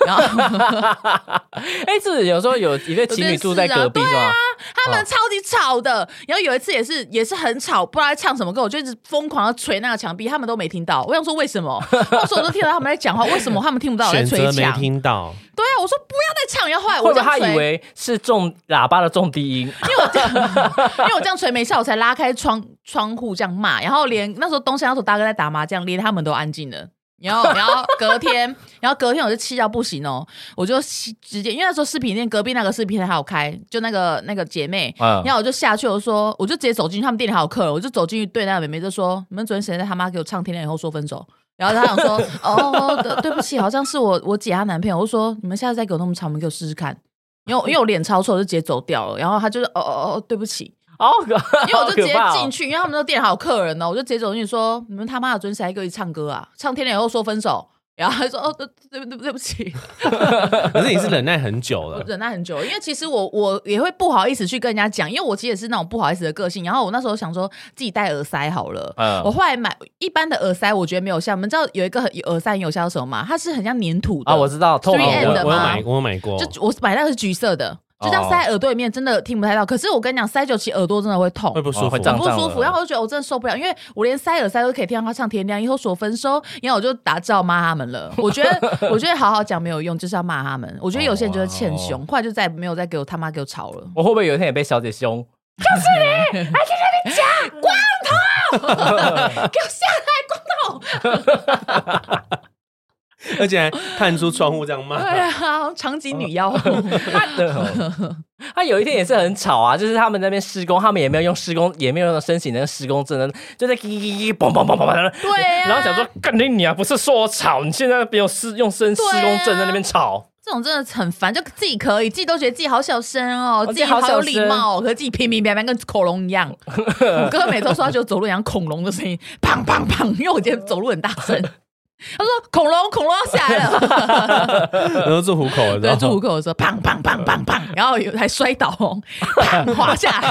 D: 然后
E: 哎，是不是有时候有一对情侣住在隔壁
D: 啊
E: 是吧？
D: 他们超级吵的，然后有一次也是也是很吵，不知道在唱什么歌，我就一直疯狂的捶那个墙壁，他们都没听到。我想说为什 么？那时候我都听到他们在讲话，为什么他们听不到我在
F: 选
D: 捶
F: 择没
D: 墙？
F: 听到，
D: 对啊，我说不要再唱，然后后来
E: 会
D: 我
E: 不
D: 这
E: 会
D: 样
E: 他
D: 捶
E: 以为是重喇叭的重低音？
D: 因为我这样，因为我这样捶没效，我才拉开窗窗户这样骂，然后连那时候东山那时候大哥在打麻将，连他们都安静了。然后，然后隔天，然后隔天我就气到不行哦，我就气直接，因为那时候饰品店隔壁那个饰品店还有开，就那个那个姐妹，
E: 嗯
D: 然后我就下去，我说我就直接走进去，他们店里还有客人，我就走进去对那个妹妹就说：“你们昨天谁在他妈给我唱《天亮以后说分手》？”然后她想说：“哦，对对不起，好像是我我姐她男朋友。”我就说：“你们下次再给我那么长，我们给我试试看。”因为我因为我脸超臭，我就直接走掉了。然后他就是哦哦哦，对不起，
E: 哦，
D: 因为我就直接进
E: 去。
D: 去，因哦为他们都店里还有客人呢，我就直接走进去说：“你们他妈的，昨天谁还给我一起唱歌啊？唱天亮以后说分手。”然后他说哦，对对不对不起，
F: 可是你是忍耐很久
D: 我
F: 了，
D: 忍耐很久，因为其实我我也会不好意思去跟人家讲，因为我其实也是那种不好意思的个性。然后我那时候想说自己戴耳塞好了，
E: 嗯
D: 我后来买一般的耳塞，我觉得没有效。你们知道有一个很有耳塞很有效是什么吗？它是很像粘土的
E: 啊，我知道，透明
D: 3M
E: 的
D: 的
F: 哦我有
D: 吗
F: 买，我有买过，
D: 就我买那个是橘色的，就这
E: 哦
D: 样塞耳朵里面，真的听不太到。可是我跟你讲，塞久其实耳朵真的会痛
F: 会。不舒
E: 哦
F: 服
E: 会。胀
D: 很不舒服，然后我就觉得我真的受不了，因为我连塞耳塞都可以听到他唱《天亮以后说分手》，然后我就打照骂他们 了。我觉得，我觉得好好讲没有用，就是要骂他们。我觉得有些人就是欠凶，后来就再也没有再给我他妈给我吵了。
E: 我会不会有一天也被小姐凶？
D: 哎给我下来，光头！
F: 而且还探出窗户这样骂。
D: 对啊，长颈女 妖。
E: 他有一天也是很吵啊，就是他们那边施工，他们也没有用施工，也没有用申请那个施工证的，就在叽叽叽嘣嘣嘣嘣嘣。
D: 对啊
E: 然后想说，干你你啊，不是说我吵，你现在没有施用申施
D: 对啊
E: 工证在那边吵，
D: 这种真的很烦，就自己可以，自己都觉得自己好小声哦，
E: 哦
D: 自己
E: 自己好
D: 好
E: 小
D: 有
E: 声
D: 礼貌哦，可是自己平平平平跟恐龙一 样。我哥每次都说他觉得走路像恐龙的声音，砰砰砰，因为我今天走路很大 声。他说恐龙恐龙要下来了，
F: 然后住虎口了，
D: 对，
F: 然
D: 住
F: 后呃
D: 虎口 的时候，砰砰砰砰砰，然后有还摔倒哦，砰 滑下 来。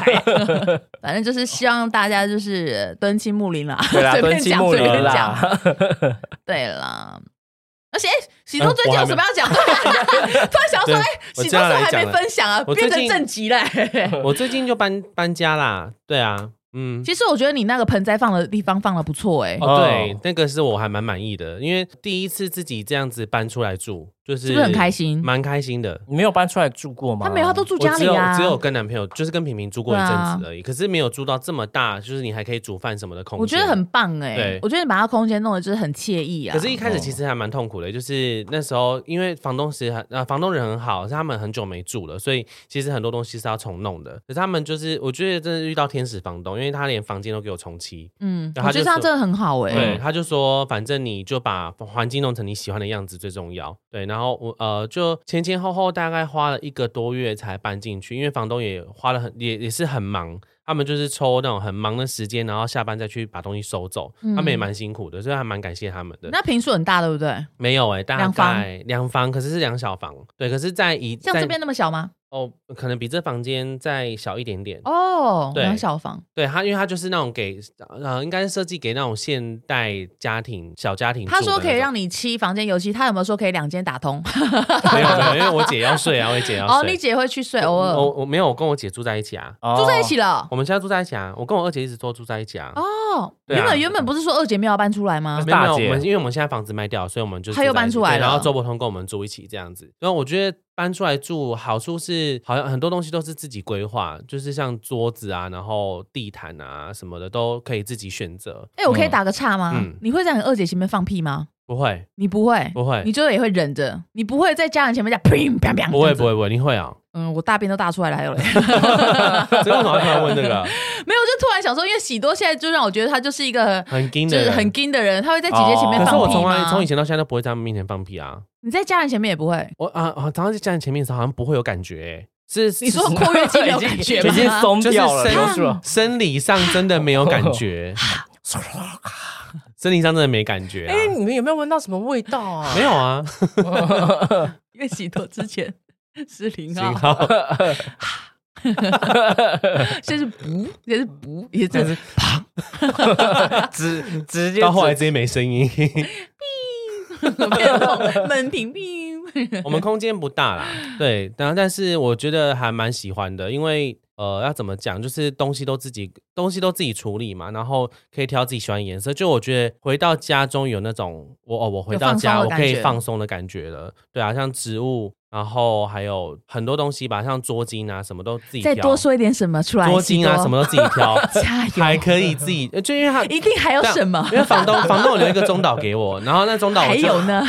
D: 反正就是希望大家就是敦亲睦 邻啦，
E: 对啦，
D: 随
E: 敦
D: 便
E: 亲
D: 讲
E: 睦
D: 随
E: 邻
D: 便讲。
E: 啦。
D: 对啦。而且，哎、喜多
F: 嗯
D: 最近
F: 我还
D: 有什么要讲？ 突然想要说，
F: 对
D: 哎、
F: 我
D: 喜
F: 接
D: 多
F: 下
D: 是
F: 来
D: 还
F: 讲
D: 没
F: 了
D: 分享啊，
F: 我
D: 变
F: 最
D: 成
F: 近
D: 正集嘞、
F: 我最近就搬搬家啦，对啊，嗯，
D: 其实我觉得你那个盆栽放的地方放的不错、哎、
E: 哦
F: 哦，对，那个是我还蛮满意的，因为第一次自己这样子搬出来住，就是
D: 是不是很开心
F: 蛮开心的。
E: 你没有搬出来住过吗？
D: 他没有，他都住
F: 我
D: 家
F: 只
D: 里
F: 有
D: 啊。
F: 只有跟男朋友，就是跟平平住过一
D: 对
F: 阵
D: 啊
F: 子而已，可是没有住到这么大，就是你还可以煮饭什么的空间。
D: 我觉得很棒哎、
F: 对
D: 我觉得你把它空间弄得就是很惬意啊。
F: 可是，一开始其实还蛮痛
D: 哦
F: 苦的，就是那时候因为房东其实很呃房东人很好，是他们很久没住了，所以其实很多东西是要重弄的。可是他们就是我觉得真的遇到天使房东，因为他连房间都给我重漆，
D: 嗯，
F: 然
D: 我
F: 后
D: 觉
F: 他
D: 得
F: 就
D: 这样
F: 说
D: 真的很好哎、
F: 对，他就说反正你就把环境弄成你喜欢的样子最重要。对，然后我呃就前前后后大概花了一个多月才搬进去，因为房东也花了很也也是很忙。他们就是抽那种很忙的时间，然后下班再去把东西收走，
D: 嗯
F: 他们也蛮辛苦的，所以还蛮感谢他们的。
D: 那平数很大，对不对？
F: 没有哎、大
D: 两房
F: 概两房，可是是两小房，对，可是在一
D: 像
F: 在
D: 这边那么小吗？
F: 哦，可能比这房间再小一点点。
D: 哦，
F: 对
D: 两小房，
F: 对，它因为它就是那种给呃，应该是设计给那种现代家庭小家庭住的
D: 他
F: 那种。
D: 说可以 让你七房间，尤其他有没有说可以两间打通？
F: 没有没有，因为我姐要睡啊，我姐要睡。
D: 哦，你姐会去睡，偶尔、
F: 我我没有，我跟我姐住在一起啊，
E: 哦
D: 住在一 起了。
F: 我们现在住在一起啊，我跟我二姐一直都住在一起啊。
D: 哦，
F: 对啊
D: 原本原本不是说二姐妹要搬出来吗？
F: 没有没
E: 啊
F: 有，
E: 大
F: 我
E: 姐
F: 们因为我们现在房子卖掉了，所以我们就
D: 她又
F: 住在一
D: 搬
F: 起
D: 出来
F: 对然后
D: 了
F: 周伯通跟我们住一起这样子。然后我觉得搬出来住好处是，好像很多东西都是自己规划，就是像桌子啊，然后地毯啊什么的都可以自己选择。
D: 哎、我可以打个岔吗？
F: 嗯
D: 你会在你二姐前面放屁吗？
F: 不会
D: 你不会，
F: 不会
D: 你最后也会忍着，你不会在家人前面这样砰砰砰。
F: 不会不
D: 会，
F: 会不会，你会啊？
D: 嗯，我大便都大出来了，还有嘞，
F: 这为什么要突然问这个？
D: 没有，就突然想说，因为喜多现在就让我觉得他就是一个
F: 很惊
D: 就
F: 的
D: 是
F: 人，哦
D: 很硬的人，他会在姐姐前面放
F: 可
D: 屁吗？
F: 是我从来从以前到现在都不会在他们面前放屁啊。
D: 你在家人前面也不会，
F: 我啊啊，常常在家人前面的时候好像不会有感觉、欸，是
D: 你说括约肌没有感觉
E: 已经
D: 吗？
E: 松
F: 就是
E: 掉了，
F: 生
E: 都是了
F: 生理上真的没有感 觉，生理上真的没感觉、啊。
E: 哎，你们有没有闻到什么味道啊？
F: 没有啊，
D: 因为喜多之前是零
F: 挺
D: 号，
E: 啊
F: 好。
D: 先是不，先是不，也就是
E: 直直接
F: 到后来直接没声 音。
D: 变动门屏蔽。
F: 我们空间不大啦，对，然后但是我觉得还蛮喜欢的，因为呃，要怎么讲，就是东西都自己东西都自己处理嘛，然后可以挑自己喜欢的颜色。就我觉得回到家中有那种我哦，我回到家
D: 有放松的
F: 我
D: 感
F: 可
D: 觉
F: 以放松的感觉了，对啊，像植物，然后还有很多东西吧，像桌巾啊什么都自己挑，
D: 再多说一点什么出来？
F: 桌巾
D: 喜
F: 啊
D: 多
F: 什么都自己 挑，
D: 加油
F: 还可以自己，呃就因为他
D: 一定还有
F: 对啊
D: 什么？
F: 因为房东房东留一个中岛给我，然后那中岛我
D: 还
F: 就
D: 有呢？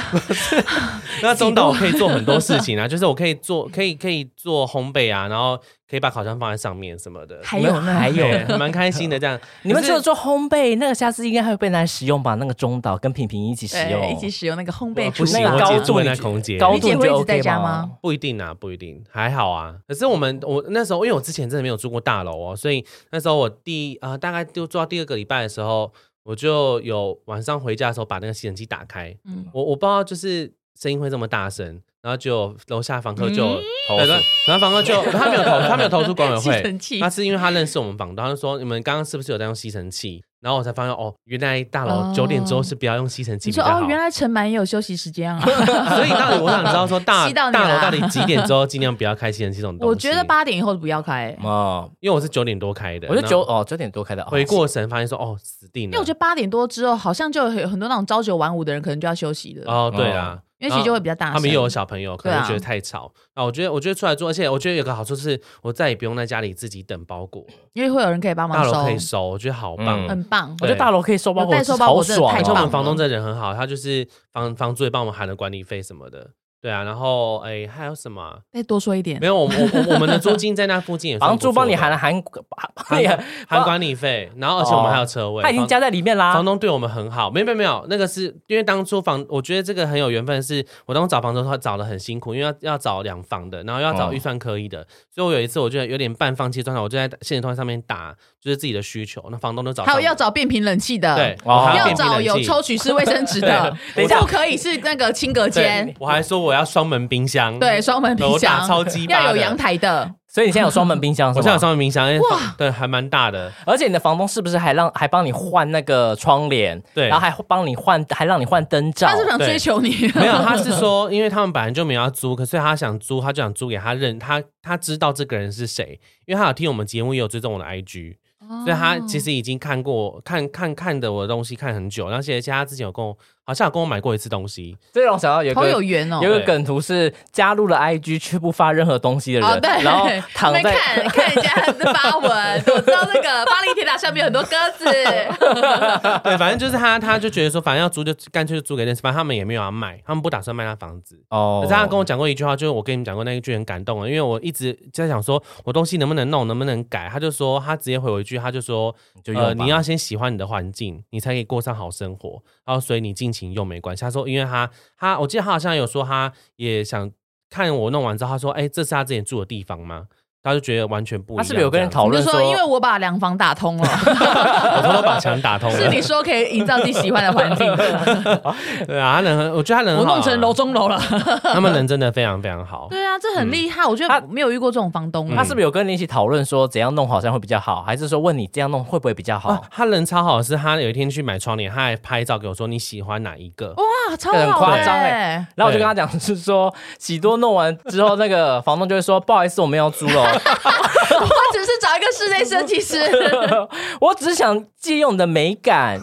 F: 那中岛我可以做很多事情啊，就是我可以做，可以可以做烘焙啊，然后可以把烤箱放在上面什么的，
D: 还有呢？
E: 还有
F: 对蛮开心的这样。
E: 你们只有
F: 就
E: 做烘焙，那个下次应该还会被拿来使用吧？那个中岛跟平平一起使用，
D: 对，一起使用那个烘
F: 我
D: 焙
F: 哦啊呃不
D: 厨
F: 行，
E: 那
F: 我
E: 个啊
F: 姐
E: 高
D: 房。
E: 度
F: 住
E: 你
F: 那
E: 就
F: 空间，
E: 高
D: 你
E: 度
D: 姐
E: 你
D: 会
E: 觉
D: 一直
E: 得
D: 在
E: OK
D: 家
E: 吗
D: 吗？？
F: 不一定啊，不一定，还好啊。可是我们我那时候，呃因为我之前真的没有住过大楼哦，所以那时候我第啊、大概就住到第二个礼拜的时候，我就有晚上回家的时候把那个吸尘器打开，
D: 嗯，
F: 我我不知道就是声音会这么大声，然后就楼下房客就
D: 嗯
F: 投诉，然后房客就 他没有投他没有投诉管委
D: 吸尘器
F: 会，他是因为他认识我们房东，他就说你们刚刚是不是有在用吸尘器？然后我才发现哦，原来大
D: 哦
F: 楼九点之后是不要用吸尘器
D: 你
F: 比
D: 说
F: 较好
D: 哦，。原来尘螨也有休息时间 啊。
F: 所以到底我想知道说大
D: 吸到你
F: 大楼
D: 啦
F: 到底几点之后尽量不要开吸尘器这种东西？
D: 我觉得，八点以后不要开、欸
E: 哦，
F: 因为我是九点多开的，
E: 我就
F: 然
E: 九
F: 后
E: 哦九点多开的，哦
F: 回过神发现说哦死定
D: 因
F: 了，
D: 为我觉得八点多之后，好像就有很多那种朝九晚五的人，可能就要休息了，
F: 哦对啊，
D: 因为其实就会比较大声。
F: 他们也有小朋友，可能
D: 对啊
F: 会觉得太吵。啊，我觉得我觉得出来做，而且我觉得有个好处是，我再也不用在家里自己等包裹，
D: 因为会有人可以嗯帮
F: 大
D: 忙
F: 楼
D: 收，
F: 可以收，我觉得好棒。
E: 嗯
D: 很棒。
E: 我觉得大楼可以收包裹，
D: 有代收包裹
E: 好
D: 真的
E: 爽哦
D: 太
F: 而且
D: 棒
F: 我
D: 了
F: 们房东这人很好，他就是房房租也帮我们喊了管理费什么的。对啊，然后哎还有什么啊？
D: 再多说一点
F: 没，有，我们我我我们的租金在那附近也算
E: 房
F: 不错
E: 租
F: 的
E: 帮你含了含，帮你
F: 含管理费，然后而且我们还有车位，
E: 他已经
F: 房
E: 加在里
D: 啊
E: 面啦。
F: 房东对我们很好，没有没有没有，那个是因为当初房，我觉得这个很有缘分是，我当初找房东他找的很辛苦，因为要要找两房的，然后要找
B: 哦
F: 预算科一的，所以我有一次我觉得有点半放弃的状态，我就在现实通上面打就是自己的需求，那房东都找
D: 还有
F: 上门
D: 要找变频冷气的，
F: 对，，
E: 哦
F: 我还
D: 要
F: 变频
D: 找
F: 冷
D: 有
F: 气
D: 抽取式卫生纸 的，
E: 对等一下
D: 不可以是那个清隔间
F: 对，，我还说我要双门冰箱，
D: 对，双门冰
F: 我打
D: 箱，
F: 超鸡巴的
D: 要有阳，台的，
E: 所以你现在有双门冰 箱，
F: 我现在有
E: 想说，
F: 双门冰箱，因为对还蛮大的，
E: 而且你的房东是不是还让还帮你换那个窗帘？
F: 对
E: 然后还帮你换，还让你换灯罩
D: 他。是不是想追求 你，
F: 没有，他是说，因为他们本来就没有要租，可是他想租，他就想租给他认他，他知道这个人是谁，因为他有听我们节目，也有追踪我的 IG，、所以
D: 哦
F: 他其实已经看过看看看的我的东西看很久，然后而且他之前有跟我好像有跟我买过一次东西，
E: 这让我想到有一
D: 好有
E: 个。
D: 缘哦
E: 有。一个梗图是加入了 IG 却不发任何东西的人，
D: 哦，对，
E: 然后躺
D: 没
E: 在
D: 看 看人家的发文，我知道那个巴黎铁塔上面有很多鸽 子，
F: 对，反正就是他，他就觉得说，反正要租就干脆就租给认识，反正他们也没有要卖，他们不打算卖他房子。
E: 哦
F: 可是他跟我讲过一句话，就是我跟你们讲过那一句很感动啊的，因为我一直在想说我东西能不能弄，能不能改，他就说他直接回我一句，他就说
E: 就用吧
F: 呃，你要先喜欢你的环境，你才可以过上好生活。然后，所以你尽情用没关系。他说，因为他他，我记得他好像有说，他也想看我弄完之后，他说，哎、这是他之前住的地方吗？他就觉得完全不一
E: 他
F: 样。
E: 是不是有跟人
F: 这样
E: 讨
D: 我就
E: 论
D: 说，因为我把两房打通了，
F: 我偷偷把墙打 通了。
D: 是你说可以营造自己喜欢的环 境，
F: 对啊，他人很，我觉得他人
D: 我
F: 很好啊
D: 弄成楼，中楼了。
F: 他们人真的非常非常好。
D: 对啊，这
F: 嗯
D: 很厉害，我觉
E: 他
D: 得没有遇过这种房东啊。
E: 他是不是有跟你一起讨论说怎样弄好像会比较好，还是说问你这样弄会不会比较好
F: 啊？，他人超好，是他有一天去买窗帘，他还拍照给我说你喜欢哪一个。
D: 哇，啊超好
E: 很夸张
F: 欸
D: 哎！
E: 然后我就跟他讲是说 喜多弄完之后，那个房东就会说不好意思，我们要租 了，
D: 我只是找一个室内设计师，
E: 我只是想借用你的美 感，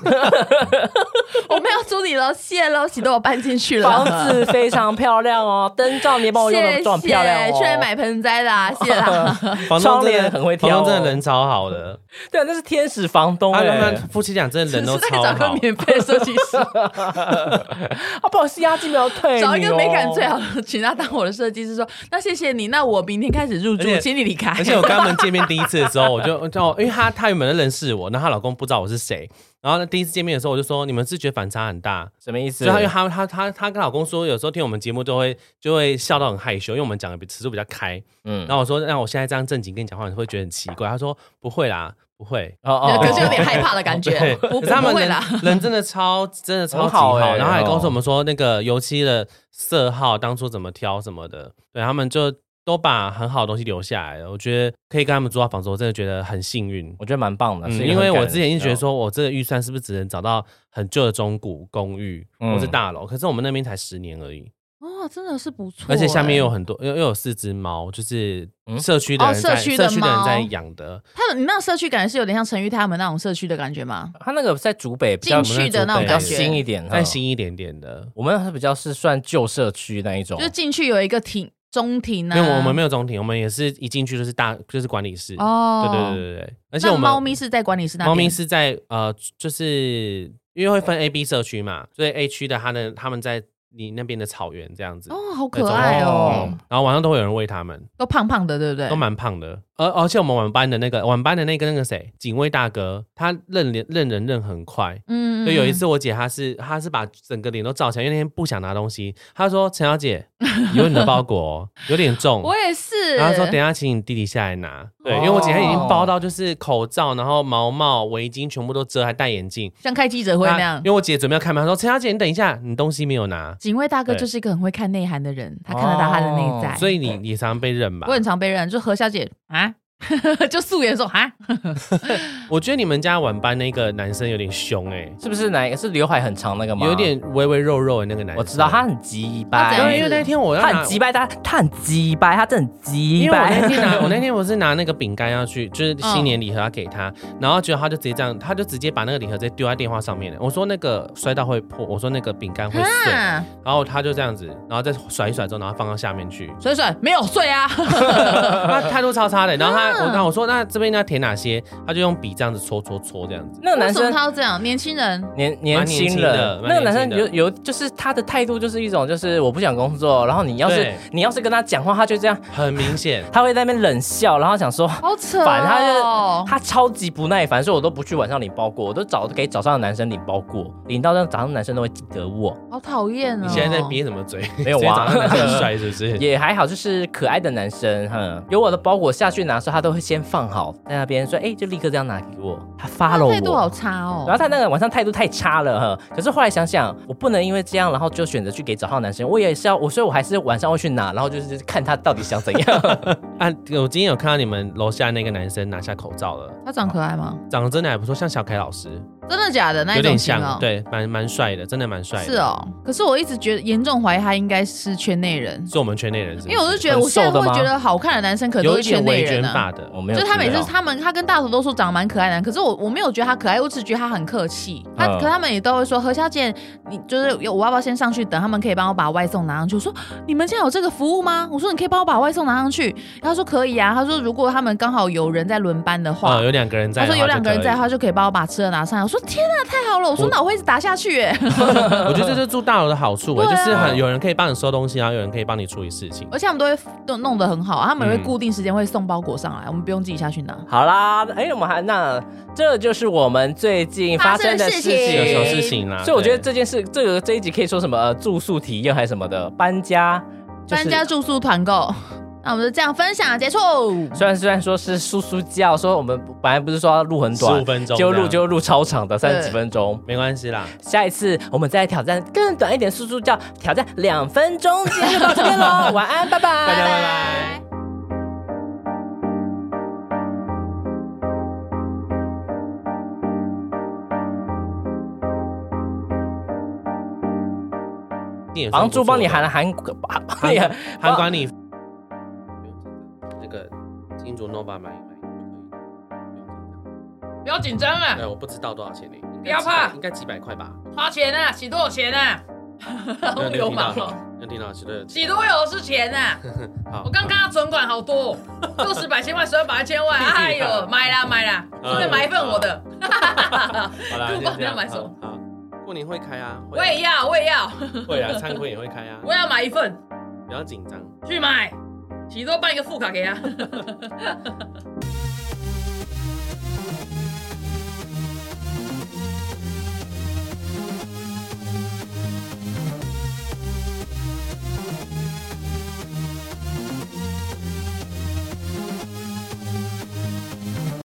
D: 我没有租你了，谢喽，喜都我搬进去了。
E: 房子非常漂亮哦，灯罩你也帮我用
D: 谢
E: 的
D: 谢，
E: 装漂亮
D: 去
E: 哦，
D: 买盆栽啦，谢啦。
F: 房东真
E: 窗帘
F: 的
E: 很会挑哦
F: 房东真的人超好的。
E: 对啊，那是天使房东
F: 他
E: 哎
F: 们，夫妻俩真的 人
D: 只
F: 都
D: 是在
F: 超
D: 找 个
F: 好。
D: 免费设计 师，
E: 啊不好意思，押金没有
F: 哎
E: 退你哦，
D: 找一个美感最好的，请他当我的设计师。 说，那谢谢你，那我明天开始入
F: 而
D: 住，
F: 且
D: 请你离开。
F: 而且我跟他们见面第一次的时候，我就就因为她她原本认识我，那她老公不知道我是谁。然后第一次见面的时候，我就说你们是觉得反差很大，
E: 什么意思？
F: 所以她因为她她她她跟老公说，有时候听我们节目都会就会笑到很害羞，因为我们讲的比尺度比较开。
E: 嗯
F: 然后我说让我现在这样正经跟你讲话，你会觉得很奇怪。她说不会啦，不会。
E: 哦哦，
D: 可是有点害怕的感觉
F: 对，，
D: 不
F: 可是他
D: 不
F: 们
D: 会
F: 人
D: 啦。
F: 人真的超真的超级
E: 很好欸
F: 然后还告诉我们说那个油漆的色号当初怎么挑什么的，对他们就都把很好的东西留下来了。我觉得可以跟他们租到房子，我真的觉得很幸 运。
E: 我觉得蛮棒的，
F: 嗯，
E: 是一个
F: 因
E: 很
F: 为
E: 感啊
F: 我
E: 人
F: 之前
E: 的
F: 一
E: 哦
F: 直觉得
E: 时
F: 说，我这个预算是不是只能找到很旧的中古公寓
E: 嗯
F: 或是大楼？可是我们那边才十年而已，
D: 哦，真的是不错欸，
F: 而且下面又有很多，又又有四只猫，就是
E: 嗯
F: 社区的
D: 哦
F: 人在
D: 社区的
F: 社区的人在
D: 猫
F: 养的。
D: 他的你那个社区感觉是有点像陈玉泰他们那种社区的感觉吗？
E: 候，他那个在竹北比较
D: 进去的那种
E: 比较
D: 感觉，
E: 新一点，
F: 再
E: 嗯
F: 新一点点的，
E: 我们是比较是算旧社区那一种，
D: 就是进去有一个庭中庭啊。
F: 没有，我们没有中庭，我们也是一进去就是大就是管理室。
D: 哦，
F: 对对对对对，而
D: 而
F: 且我们
D: 猫咪是在管理室那边，
F: 猫咪是在呃，就是因为会分 A、B 社区嘛，所以 A 区的它的他们在你那边的草原这样子，
D: 哦，好可爱哦，
E: 嗯
F: 然后晚上都会有人喂它们，
D: 都胖胖的，对不对？
F: 都蛮胖的。而而且我们晚班的那个晚班的那个那个谁警卫大哥，他认人认人认很快。
D: 嗯，嗯
F: 就有一次，我姐她是她是把整个脸都罩起来，因为那天不想拿东西。她说：“陈小姐，有你的包裹哦、有点重。”
D: 我也是是，
F: 然后说等一下请你弟弟下来拿，对，因为我姐姐已经
D: 哦
F: 包到就是口罩，然后毛帽、围巾全部都遮，还戴眼镜。
D: 像开记者会那
F: 她
D: 样
F: 因。为我姐准备要开门，她说：“陈小姐，你等一下，你东西没有拿。
D: 警卫大哥
F: 对哦
D: 就是一个很会看内涵的人，他看得到他的内在。”
F: 所以啊你也常常被认吧
D: 我？很常被认，就何小姐啊， 就素颜说啊，
F: 我觉得你们家晚班那个男生有点凶哎，
E: 是不是哪一个是刘海很长那个吗？
F: 有，点微微肉肉的那个男生。
E: 我知道他很鸡
D: 他
E: 掰，
D: 怎样
F: 对，啊因为那天我要
E: 他
F: 拿
E: 很鸡掰，他他很鸡掰，他真的很鸡
F: 因为我
E: 掰
F: 那。天拿，我那天我是拿那个饼干要去，就是
D: 嗯
F: 新年礼盒要给他，然后结果他就直接这样，他就直接把那个礼盒直接丢在电话上面了。我说那个摔到会破，我说那个饼干会 碎，
D: 啊，
F: 然后他就这样子，然后再甩一甩之后，然后放到下面去。
D: 水水没有睡啊，
F: 他态度超差的，然 后他
D: 嗯
F: 我那我说那这边要填哪些，他就用笔这样子戳戳戳 这样子。
E: 那个男
D: 为什么
E: 生
D: 他要这样？年轻人
E: 年年轻
F: 蛮年轻
E: 人
F: 的，
E: 那个男
F: 蛮
E: 生
F: 年轻的
E: 有有就是他的态度就是一种就是我不想工作，然后你要是
F: 对
E: 你要是跟他讲话，他就这样，，
F: 很明显
D: 哦
E: 他会在那边冷笑，然后想说。
D: 好扯
E: 反正他
D: 哦
E: 就。他超级不耐烦，所以我都不去晚上领包裹，我都找给早上的男生领包裹，领到让早上的男生都会记得我。
D: 好讨厌哦！
F: 你现在在憋什么嘴？
E: 没有啊
F: 今天早上男生很帅是 不是？
E: 也还好，就是可爱的男生，哼，有我的包裹下去拿的时候，他都会先放好在那边，说，哎、就立刻这样拿给我。他发
D: 他
E: 了我，
D: 态度好差哦。
E: 然后他那个晚上态度太差了哈，可是后来想想，我不能因为这样，然后就选择去给早上的男生，我也是要我，所以我还是晚上会去拿，然后就是看他到底想怎 样。
F: 啊，我今天有看到你们楼下那个男生拿下口罩了，
D: 他长可爱吗？
F: 长得真的还不错，像小凯老师，
D: 真的假的？那一
F: 有
D: 种
F: 点
D: 型
F: 像，
D: 哦。
F: 对，蛮蛮帅的，真的蛮帅的。
D: 是，哦。可是我一直觉得严重怀疑他应该是圈内人，
F: 是我们圈内人是不
D: 因
F: 是，
D: 为我就觉得我现在会觉得好看的男生可能都
F: 有
D: 是
F: 一点
D: 圈内
F: 微卷
D: 人啊。
F: 发的，
E: 我没有
D: 就
E: 知
D: 是
E: 道，
D: 他每次他们他跟大头都说长得蛮可爱的，可是我我没有觉得他可爱，我只觉得他很客气。他、
E: 嗯
D: 可他们也都会说何小姐，你就是我要不要先上去等？他们可以帮我把外送拿上去。我说你们现在有这个服务吗？我说你可以帮我把外送拿上去。然后他说可以啊。他说如果他们刚好有人在轮班的话，
F: 哦，有两个人在
D: 他
F: 的
D: 说
F: 话就可以，
D: 有两个人在的话就可以帮我把吃的拿上来。我说天啊，太好了！我说那我会一直打下去、 欸。
F: 我觉得这就是住大楼的好处、欸
D: 对啊
F: 就是很有人可以帮你收东西，然后有人可以帮你处理事情。
D: 而且他们都会弄弄得很好，啊他们会
F: 嗯
D: 固定时间会送包裹上来，我们不用自己下去拿。
E: 好啦，哎、我们还那这就是我们最近发生的事情，
D: 发生
F: 有
D: 的
F: 什么事
D: 情
F: 情啦、
E: 所以我觉得
F: 对
E: 这件事，这个这一集可以说什么呃住宿体验还是什么的，搬家，就是
D: 搬家住宿团购，那我们就这样分享结束。
E: 虽然虽然说是叔叔叫说我们本来不是说要录很短，
F: 15分钟
E: 就
F: 这
E: 录
F: 样
E: 就录超长的三十几分钟。
F: 没关系啦。
E: 下一次我们再来挑战更短一点，叔叔叫挑战两分钟，今天就到这边喽，晚安，拜拜，
F: 大家拜拜。
E: 房租帮你喊了韩，帮你喊
F: 韩管理。那个金主 Nova 买一买就可以
D: 不要紧张
F: 了。
D: 啊，
F: 哎，我不知道多少钱呢，应该
D: 不要
F: 几百
D: 怕
F: 应该几百块吧。
D: 花钱啊，洗多少钱啊？ 好
F: 没有
D: 流
F: 听到
D: 氓
F: 哈
D: 哦，，
F: 没有听到，绝对
D: 洗多有是钱啊！
F: 好。
D: 我刚看他存款好 多、哦，六十百千万十万百千万，哎呦，买啦买啦，顺便买一份我的，
F: 呃好啦，
D: 路
F: 就
D: 霸
F: 这样
D: 要买什么？
F: 好，好过年会开啊，会
D: 我
F: 啊
D: 也要我也要，
F: 会啊，餐会也会开啊，
D: 我也要买一份
F: 不要紧张。
D: 去买，洗多办一个副卡给他。